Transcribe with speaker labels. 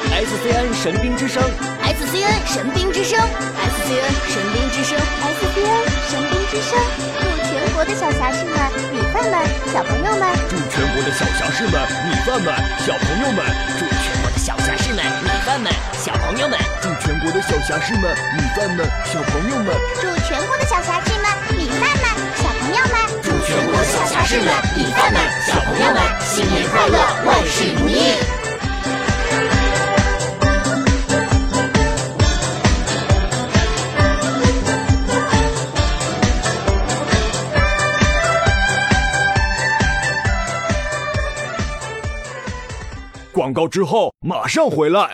Speaker 1: SCN 神兵之声
Speaker 2: ，SCN 神兵之声
Speaker 3: ，SCN 神兵之声
Speaker 4: ，SCN 神兵之声，祝全国的小侠士们、米饭们、小朋友们，
Speaker 1: 祝全国的小侠士们、米饭们、小朋友们，
Speaker 5: 祝全国的小侠士们、米饭们、小朋友们，
Speaker 1: 祝全国的小侠士们、米饭们、小朋友们，
Speaker 4: 祝全国的小侠士们、米饭们、小朋友们，
Speaker 5: 祝全国小侠士们、米饭们、小朋友们，新年快乐，万事如意。
Speaker 1: 广告之后马上回来。